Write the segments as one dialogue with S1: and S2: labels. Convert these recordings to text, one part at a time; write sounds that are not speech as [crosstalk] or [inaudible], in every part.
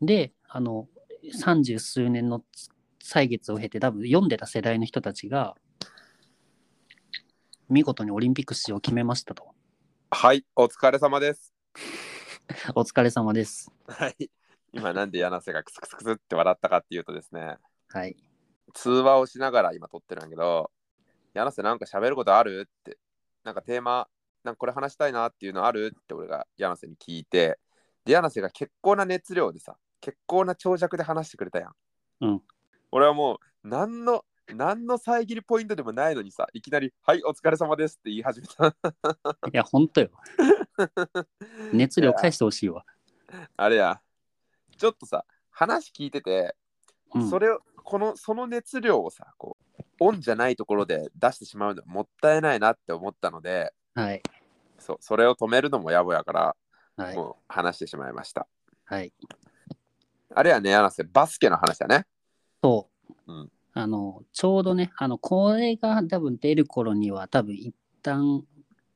S1: であの三十数年の歳月を経て多分読んでた世代の人たちが見事にオリンピック出場を決めましたと。
S2: はい、お疲れ様です。
S1: お疲れ様です。
S2: はい。今なんで柳瀬がクスクスクスって笑ったかっていうとですね、
S1: はい。
S2: 通話をしながら今撮ってるんだけど、柳瀬なんか喋ることあるって、なんかテーマ、なんかこれ話したいなっていうのあるって俺が柳瀬に聞いて、で、柳瀬が結構な熱量でさ、結構な長尺で話してくれたやん。
S1: うん。
S2: 俺はもう、何の、何の遮りポイントでもないのにさ、いきなり、はい、お疲れ様ですって言い始めた。 [laughs]
S1: いや、本当よ。熱量返してほしいわ。
S2: あれや、ちょっとさ、話聞いてて、
S1: うん、
S2: それを、この、その熱量をさ、こう、オンじゃないところで出してしまうのはもったいないなって思ったので、
S1: はい。
S2: そうそれを止めるのも野暮やから、
S1: はい。
S2: もう話してしまいました。
S1: はい。
S2: あれやね、柳瀬、バスケの話だね。
S1: そう。
S2: うん
S1: あの、ちょうどね、あの、これが多分出る頃には、多分一旦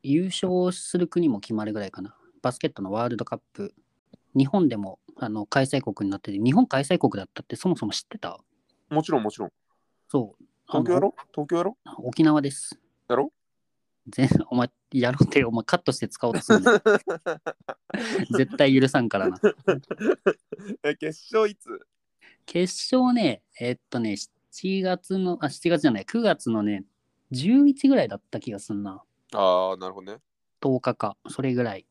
S1: 優勝する国も決まるぐらいかな。バスケットのワールドカップ、日本でもあの開催国になってて、日本開催国だったってそもそも知ってた
S2: もちろん、もちろん。
S1: そう。あの
S2: 東京やろ東京やろ
S1: 沖縄です。
S2: やろ
S1: 全お前、やろうって、お前カットして使おうとするんだ
S2: [laughs]
S1: よ絶対許さんからな。
S2: え決勝いつ
S1: 決勝ね、えっとね、7月の、あ、7月じゃない、9月のね、11ぐらいだった気がすんな。
S2: ああ、なるほどね。
S1: 10日か、それぐらい。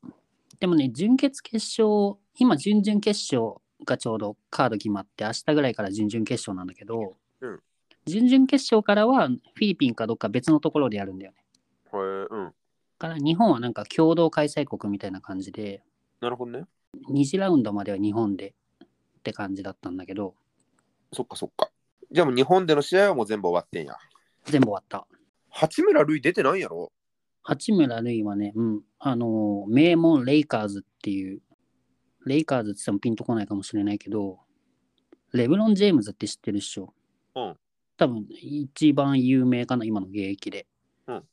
S1: でもね、準決決勝、今、準々決勝がちょうどカード決まって、明日ぐらいから準々決勝なんだけど、
S2: うん
S1: 準々決勝からはフィリピンかどっか別のところでやるんだよね。
S2: へえ、うん。
S1: だから日本はなんか共同開催国みたいな感じで、
S2: なるほどね。
S1: 2次ラウンドまでは日本でって感じだったんだけど、
S2: そっかそっか。じゃあもう日本での試合はもう全部終わってんや。
S1: 全部終わった。
S2: 八村塁出てないんやろ
S1: 八村塁はね、うん、あのー、名門レイカーズっていう、レイカーズって言ってもピンとこないかもしれないけど、レブロン・ジェームズって知ってるっしょ。
S2: うん。
S1: 多分、一番有名かな、今の現役で。
S2: うん。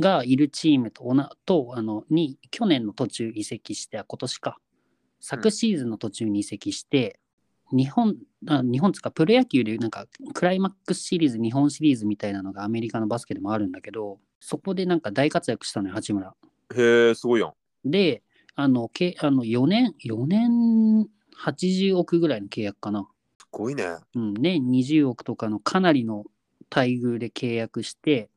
S1: がいるチームとおな、と、あの、に、去年の途中移籍して、あ今年か。昨シーズンの途中に移籍して、日本、あ日本つうか、プロ野球でなんか、クライマックスシリーズ、日本シリーズみたいなのがアメリカのバスケでもあるんだけど、そこでなんか大活躍したのよ、八村。
S2: へえ、すごいやん。
S1: で、あの、けあの4年、4年80億ぐらいの契約かな。
S2: すごいね。
S1: うん、年20億とかのかなりの待遇で契約して、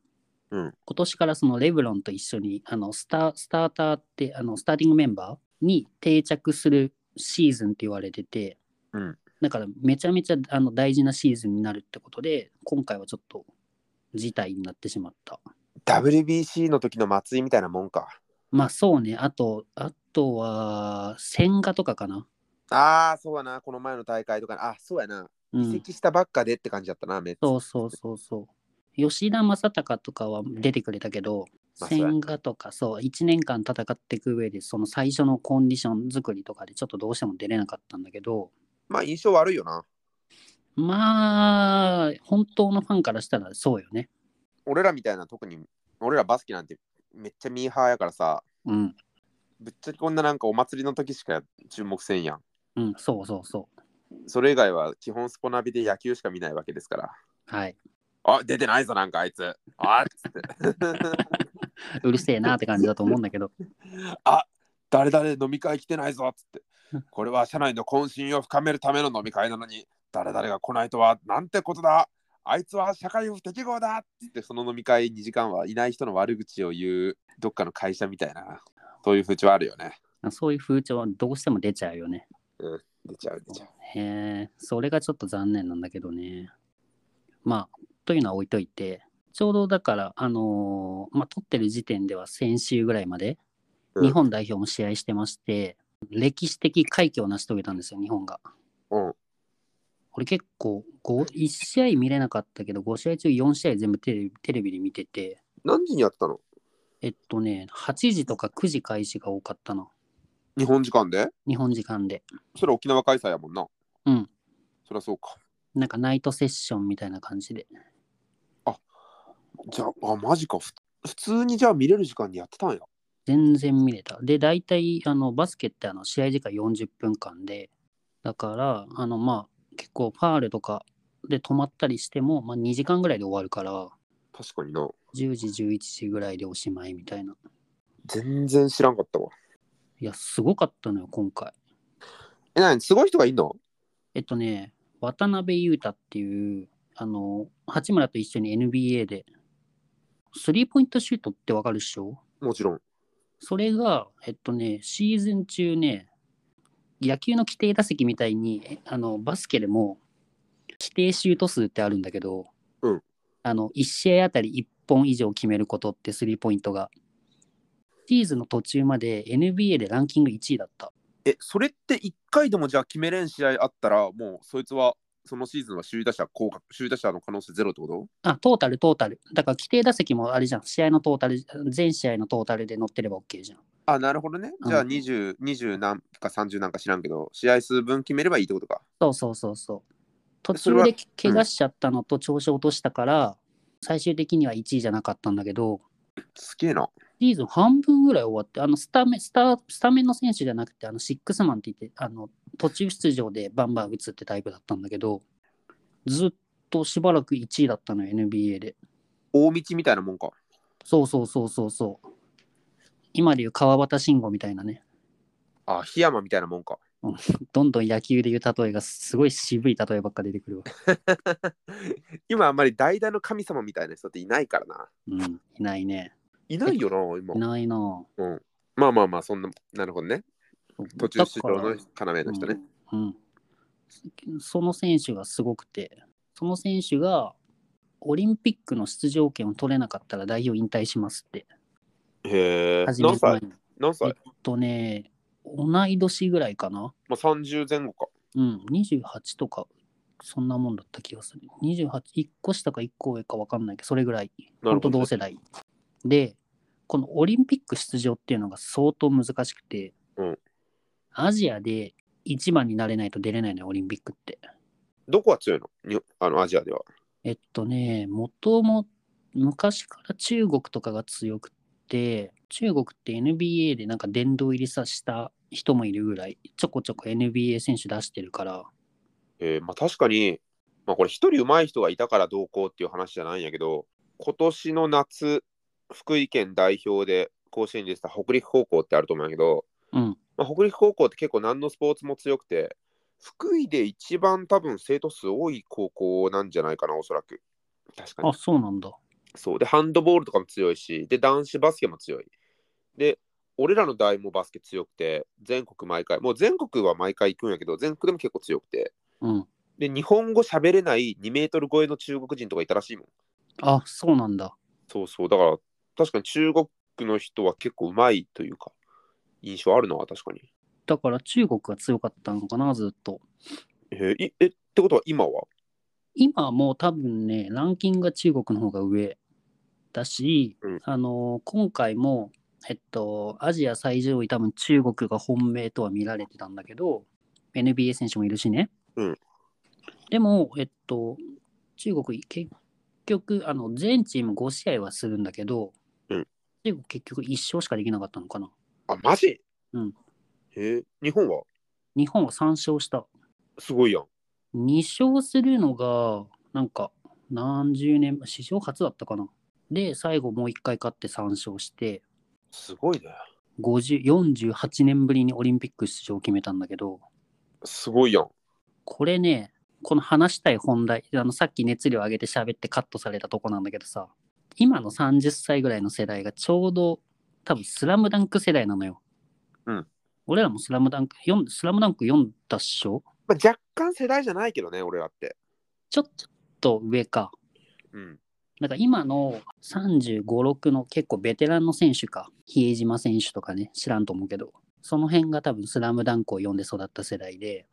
S2: うん
S1: 今年からそのレブロンと一緒にあのスタスターターってあのスターティングメンバーに定着するシーズンって言われてて、
S2: うん
S1: だからめちゃめちゃあの大事なシーズンになるってことで今回はちょっと事態になってしまった
S2: WBC の時の松井みたいなもんか。
S1: まあそうねあとあとは千賀とかかな、
S2: ああ、そうやな。この前の大会とか、あそうやな。
S1: う
S2: 移
S1: ん、
S2: 籍したばっかでって感じだったな、めっちゃ。
S1: そうそうそうそう。吉田正尚とかは出てくれたけど、
S2: まあそうや
S1: 千賀とかそう、1年間戦っていく上で、その最初のコンディション作りとかでちょっとどうしても出れなかったんだけど、
S2: まあ、印象悪いよな。
S1: まあ、本当のファンからしたらそうよね。
S2: 俺らみたいな、特に、俺らバスケなんてめっちゃミーハーやからさ、
S1: うん、
S2: ぶっちゃけこんななんかお祭りの時しか注目せんやん。
S1: うん、そうそうそう。
S2: それ以外は基本スポナビで野球しか見ないわけですから。
S1: はい。
S2: あ、出てないぞ、なんかあいつ。あっつって。
S1: うるせえなって感じだと思うんだけど、 [laughs]
S2: あ誰々飲み会来てないぞっつってこれは社内の懇親を深めるための飲み会なのに誰々が来ないとはなんてことだあいつは社会不適合だっつってその飲み会2時間はいない人の悪口を言うどっかの会社みたいなそういう風潮あるよね
S1: そういう風潮はどうしても出ちゃうよね。
S2: 出ちゃう出ちゃう
S1: へえ、それがちょっと残念なんだけどね。まあ、というのは置いといて、ちょうどだから、あのーまあ、撮ってる時点では先週ぐらいまで、
S2: うん
S1: 日本代表も試合してまして、歴史的快挙を成し遂げたんですよ、日本が。
S2: うん
S1: 俺結構1試合見れなかったけど、5試合中4試合全部テレビテレビで見てて、
S2: 何時にやってたの
S1: えっとね、8時とか9時開始が多かったな、
S2: 日本時間で
S1: 日本時間で。
S2: それ沖縄開催やもんな
S1: うん
S2: そりゃそうか
S1: なんかナイトセッションみたいな感じで。
S2: じゃああマジかふ普通にじゃあ見れる時間にやってたんや
S1: 全然見れた。で、大体、あの、バスケってあの試合時間40分間で、だから、あの、まあ、結構ファールとかで泊まったりしても、まあ、2時間ぐらいで終わるから、
S2: 確かにな。
S1: 10時、11時ぐらいでおしまいみたいな。
S2: 全然知らんかったわ。
S1: いや、すごかったのよ、今回。
S2: え、なにすごい人がいんの
S1: えっとね、渡辺裕太っていう、あの、八村と一緒に NBA で、スリーポイントシュートってわかるっしょ
S2: もちろん。
S1: それが、えっとね、シーズン中ね、野球の規定打席みたいに、えあの、バスケでも、規定シュート数ってあるんだけど、
S2: うん
S1: あの、1試合あたり1本以上決めることってスリーポイントが、シーズンの途中まで NBA でランキング1位だった。
S2: え、それって1回でもじゃあ決めれん試合あったら、もうそいつは、そのシーズンは首位打者、降格首位打者の可能性ゼロってこと
S1: あ、トータル、トータル。だから、規定打席もあれじゃん。試合のトータル、全試合のトータルで乗ってれば OK じゃん。
S2: あ、なるほどね。じゃあ
S1: うん
S2: 20、20何か30何か知らんけど、試合数分決めればいいってことか。
S1: そうそうそうそう。途
S2: それ
S1: 中
S2: は
S1: でけ怪我しちゃったのと調子落としたから、最終的には1位じゃなかったんだけど、
S2: すげえな。
S1: シーズン半分ぐらい終わって、あのスタメン、スタスタメンの選手じゃなくて、あのシックスマンって言って、あの途中出場でバンバン打つってタイプだったんだけど、ずっとしばらく1位だったのよ、NBA で。
S2: 大道みたいなもんか。
S1: そうそうそうそうそう。今でいう川端慎吾みたいなね。
S2: あ、檜山みたいなもんか。
S1: どんどん野球でいう例えがすごい渋い例えばっか出てくるわ。
S2: 今あんまり代打の神様みたいな人っていないからな。
S1: うん、いないね。
S2: いないよな、今
S1: い。ないなぁ
S2: まあまあまあ、そんな、なるほどね。途中出場の
S1: だか
S2: 要の人ね。
S1: らうんうん。その選手がすごくて、その選手がオリンピックの出場権を取れなかったら代表引退しますって
S2: へえ。
S1: 始め
S2: 何
S1: た前
S2: 歳
S1: に。
S2: 何歳
S1: えっとね、同い年ぐらいかな。
S2: まあ30前後か。
S1: うん、28とか、そんなもんだった気がする。28、1個下か1個上か分かんないけど、それぐらい。
S2: なる
S1: 本
S2: ほ
S1: 当
S2: ど
S1: 同世代。で、このオリンピック出場っていうのが相当難しくて、
S2: うん
S1: アジアで一番になれないと出れないのよ、オリンピックって。
S2: どこが強いのにあのアジアでは。
S1: えっとね、元も昔から中国とかが強くって、中国って NBA でなんか殿堂入りさした人もいるぐらい、ちょこちょこ NBA 選手出してるから、
S2: えーまあ確かに、まあこれ一人上手い人がいたからどうこうっていう話じゃないんやけど、今年の夏、福井県代表で甲子園に出てた北陸高校ってあると思うんやけど、
S1: うん、
S2: まあ、北陸高校って結構何のスポーツも強くて、福井で一番多分生徒数多い高校なんじゃないかな、おそらく。確かに
S1: あ、。そうなんだ。
S2: そうでハンドボールとかも強いしで男子バスケも強いで俺らの代もバスケ強くて全国毎回もう全国は毎回行くんやけど全国でも結構強くて
S1: うん。
S2: で日本語喋れない2メートル超えの中国人とかいたらしいもん
S1: あ、そうなんだ。
S2: そうそうだから確かに中国の人は結構うまいというか印象あるな確かに
S1: だから中国が強かったのかな、ずっと。
S2: えーいえってことは今は
S1: 今はもう多分ね、ランキングが中国の方が上だし、
S2: うん
S1: あの今回も、えっと、アジア最上位、多分中国が本命とは見られてたんだけど、NBA 選手もいるしね。
S2: うん
S1: でも、えっと、中国、結局、あの全チーム5試合はするんだけど、
S2: うん
S1: 中国結局1勝しかできなかったのかな。
S2: あマジ
S1: うん
S2: えー日本は
S1: 日本は3勝した。
S2: すごいやん
S1: 2勝するのが、なんか、何十年、史上初だったかな。で、最後もう一回勝って3勝して、
S2: すごいね
S1: 50 48年ぶりにオリンピック出場を決めたんだけど、
S2: すごいやん
S1: これね、この話したい本題、あのさっき熱量上げて喋ってカットされたとこなんだけどさ、今の30歳ぐらいの世代がちょうど、多分スラムダンク世代なのよ。
S2: うん。
S1: 俺らもスラムダンク、読んスラムダンク読んだっしょ
S2: まあ、若干世代じゃないけどね俺らって
S1: ちょっと上か。
S2: うん
S1: なんか今の35、6の結構ベテランの選手か、比江島選手とかね、知らんと思うけど、その辺が多分スラムダンクを読んで育った世代で、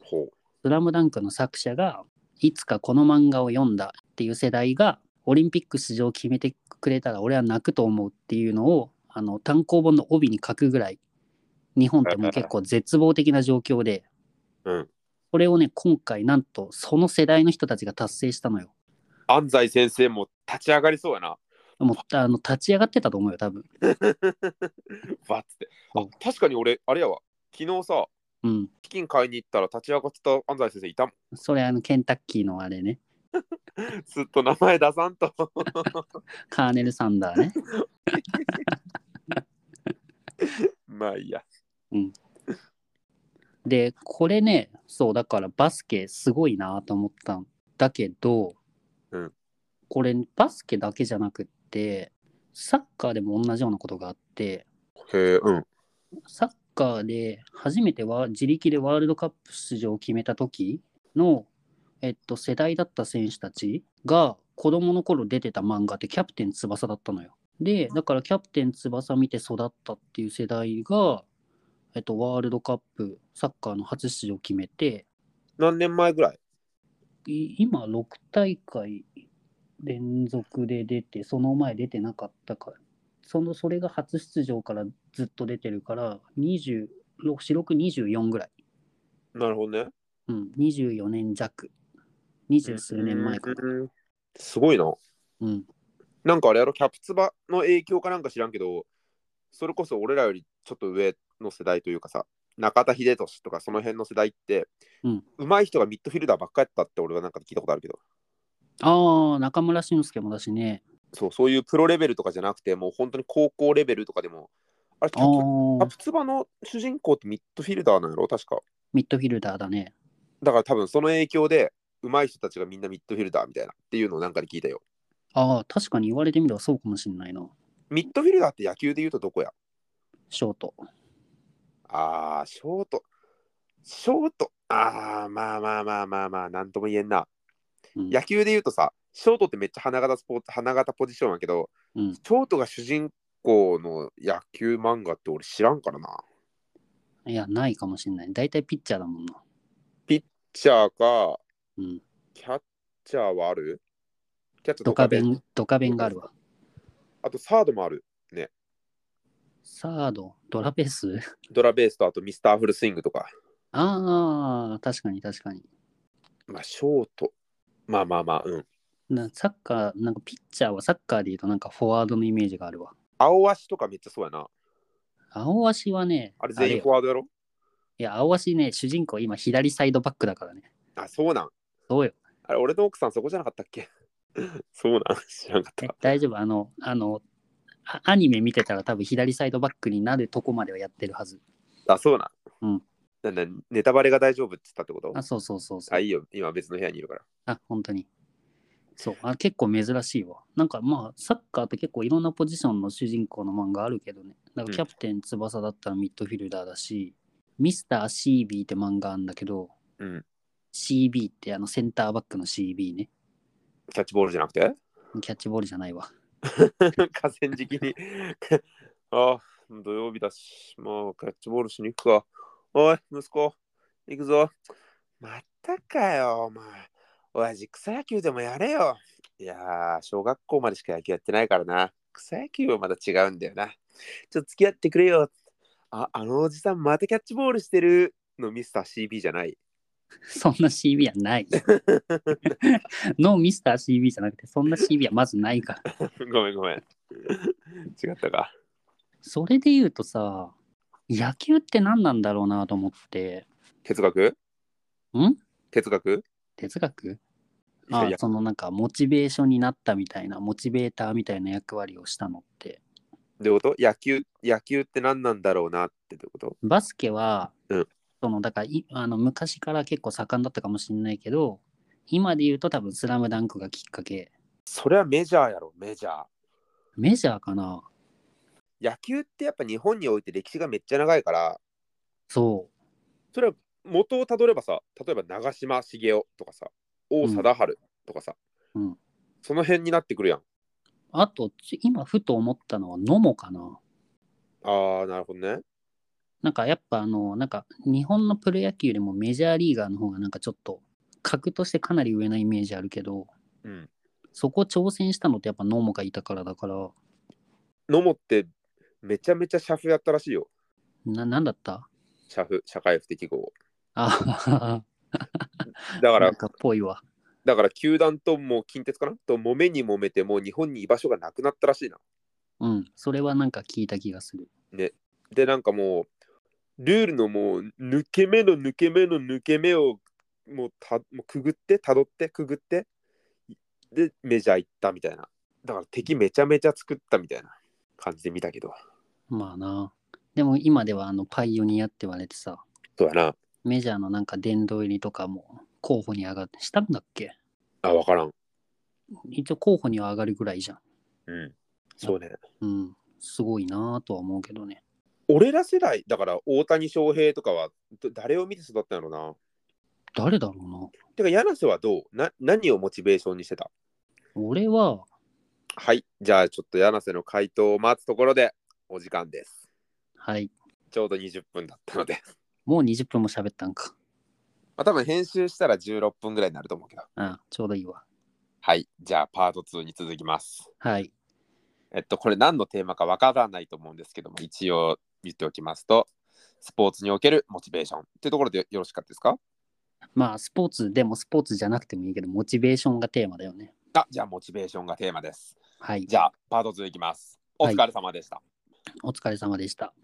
S2: ほう
S1: スラムダンクの作者が、いつかこの漫画を読んだっていう世代が、オリンピック出場を決めてくれたら俺は泣くと思うっていうのを、あの単行本の帯に書くぐらい、日本ってもう結構絶望的な状況で、
S2: うん
S1: これをね、今回なんとその世代の人たちが達成したのよ。
S2: 安西先生も立ち上がりそうやな。 [laughs]
S1: もうあの立ち上がってたと思うよ、多分。
S2: わっつって。
S1: う
S2: あ
S1: ん
S2: 確かに俺、あれやわ。昨日さ、
S1: うん。
S2: 基金買いに行ったら立ち上がってた安西先生いたもん
S1: それあのケンタッキーのあれね。
S2: ずっと名前出さんと
S1: カーネル・サンダ
S2: [laughs]
S1: ーね。
S2: まあいいや
S1: で、これね、そう、だからバスケすごいなと思ったんだけど、
S2: うん
S1: これバスケだけじゃなくって、サッカーでも同じようなことがあって、
S2: へえうん
S1: サッカーで初めては自力でワールドカップ出場を決めた時の、えっと、世代だった選手たちが子供の頃出てた漫画ってキャプテン翼だったのよ。で、だからキャプテン翼見て育ったっていう世代が、えっと、ワールドカップサッカーの初出場を決めて、
S2: 何年前ぐらい
S1: い今6大会連続で出てその前出てなかったからそのそれが初出場からずっと出てるから2624ぐらい、
S2: なるほどね
S1: うん、24年弱二十数年前かな、
S2: うんすごいな
S1: うん、
S2: なんかあれやろキャプツバの影響かなんか知らんけどそれこそ俺らよりちょっと上の世代というかさ中田英寿とかその辺の世代って、
S1: うん
S2: 上手い人がミッドフィルダーばっかやったって俺はなんか聞いたことあるけど
S1: ああ中村俊輔もだしね
S2: そうそういうプロレベルとかじゃなくてもう本当に高校レベルとかでもあれキ
S1: ああ
S2: ャプキャプツバの主人公ってミッドフィルダーなんやろ確か
S1: ミッドフィルダーだね
S2: だから多分その影響で上手い人たちがみんなミッドフィルダーみたいなっていうのをなんかで聞いたよ
S1: ああ確かに言われてみればそうかもしんないな
S2: ミッドフィルダーって野球で言うとどこや
S1: ショート
S2: あー、ショート。ショート。あー、まあまあまあまあまあ、なんとも言えんな。
S1: うん
S2: 野球で言うとさ、ショートってめっちゃ花形スポーツ、花形ポジションやけど、
S1: うん
S2: ショートが主人公の野球漫画って俺知らんからな。
S1: いやないかもしんない大体ピッチャーだもんな
S2: ピッチャーか、
S1: うん
S2: キャッチャーはあるキャッチャー
S1: ド
S2: と
S1: カ
S2: か
S1: ベ
S2: で。
S1: ンドカベンがあるわ
S2: あとサードもある。
S1: サード、ドラベース [laughs]
S2: ドラベースとあとミスターフルスイングとか。
S1: ああ、確かに確かに。
S2: まあ、ショート。まあまあまあ、うん。
S1: なサッカー、なんかピッチャーはサッカーで言うとなんかフォワードのイメージがあるわ。
S2: 青足とかめっちゃそうやな。
S1: 青足はね、
S2: あれ全員
S1: よ
S2: フォワードやろ
S1: いや、青足ね、主人公今左サイドバックだからね。
S2: あ、そうなん。
S1: そうよ。
S2: あれ、俺の奥さんそこじゃなかったっけ [laughs] そうなん [laughs] 知らんかっ
S1: え
S2: た。
S1: 大丈夫あの、あの、あアニメ見てたら多分左サイドバックになるとこまではやってるはず。
S2: あ、そうなん。
S1: うん
S2: なんだネタバレが大丈夫って言ったってこと
S1: あ、そうそうそうそう。
S2: あ、いいよ。今別の部屋にいるから。
S1: あ、本当に。そうあ、結構珍しいわ。なんかまあ、サッカーって結構いろんなポジションの主人公の漫画あるけどね。なんかキャプテン翼だったらミッドフィルダーだし、ミスター CB って漫画あるんだけど、
S2: うん。
S1: CB ってあのセンターバックの CB ね。
S2: キャッチボールじゃなくて
S1: キャッチボールじゃないわ。 [laughs]
S2: [laughs] 河川敷に。 [laughs] あ、土曜日だし、もうキャッチボールしに行くか。おい、息子、行くぞ。またかよ、お前。親父、草野球でもやれよ。いやー、小学校までしか野球やってないからな。草野球はまだ違うんだよな。ちょっと付き合ってくれよ。あ、あのおじさん、またキャッチボールしてるのミスター CB じゃない。 [laughs]
S1: そんな CB はない。ノーミスター CB じゃなくて、そんな CB はまずないから。
S2: ごめん、ごめん。違ったか。
S1: それで言うとさ、野球って何なんだろうなと思って、
S2: 哲学
S1: ん
S2: 哲学
S1: 哲学
S2: いや
S1: あ
S2: いや
S1: そのなんかモチベーションになったみたいなモチベーターみたいな役割をしたのって
S2: どういうこと野球、野球って何なんだろうなってどういうこと
S1: バスケは、
S2: うん
S1: そのだからいあの昔から結構盛んだったかもしれないけど今で言うと多分「スラムダンクがきっかけ
S2: それはメジャーやろ、メジャー。
S1: メジャーかな
S2: 野球ってやっぱ日本において歴史がめっちゃ長いから、
S1: そ
S2: それは元をたどればさ、例えば長嶋茂雄とかさ、王貞治とかさ、
S1: う、うん、
S2: その辺になってくるやん。
S1: あとち今ふと思ったのは「ノモ」かな
S2: あー、なるほどね。
S1: なんかやっぱあのなんか日本のプロ野球よりもメジャーリーガーの方がなんかちょっと格としてかなり上なイメージあるけど
S2: うん。
S1: そこ挑戦したのってやっぱノモがいたからだから
S2: 野茂ってめちゃめちゃ社風やったらしいよ。
S1: ななんだった [laughs]
S2: 社風、社会不適合。
S1: ああ、
S2: だか
S1: な
S2: ら
S1: ん、かっぽいわ。
S2: だから球団ともう近鉄かなと揉めに揉めてもう日本に居場所がなくなったらしいな。
S1: うん、それはなんか聞いた気がする。
S2: でなんかもうルールのもう抜け目の抜け目の抜け目をもうたもうくぐってたどってくぐってでメジャー行ったみたいなだから敵めちゃめちゃ作ったみたいな感じで見たけど
S1: まあな。でも今ではあのパイオニアって言われてさ、
S2: そうやな
S1: メジャーのなんか殿堂入りとかも候補に上がって、したんだっけ
S2: あ分からん
S1: 一応候補には上がるぐらいじゃん。
S2: うんそうね
S1: うん。すごいなとは思うけどね。
S2: 俺ら世代だから大谷翔平とかはど誰を見て育ったんやろな
S1: 誰だろうな。
S2: てか柳瀬はどうな何をモチベーションにしてた
S1: 俺は、
S2: はいじゃあちょっと柳瀬の回答を待つところでお時間です
S1: はい。
S2: ちょうど20分だったので
S1: もう20分も喋ったんか。
S2: まあ多分編集したら16分ぐらいになると思うけど
S1: うん、ちょうどいいわ。
S2: はいじゃあパート2に続きます
S1: はい。
S2: えっと、これ何のテーマかわからないと思うんですけども、一応言っておきますと、スポーツにおけるモチベーションっていうところでよろしかったですか
S1: まあ、スポーツでもスポーツじゃなくてもいいけど、モチベーションがテーマだよね。
S2: あ、じゃあモチベーションがテーマです。
S1: はい。
S2: じゃあ、パート2いきます。お疲れ様でした。
S1: お疲れ様でした。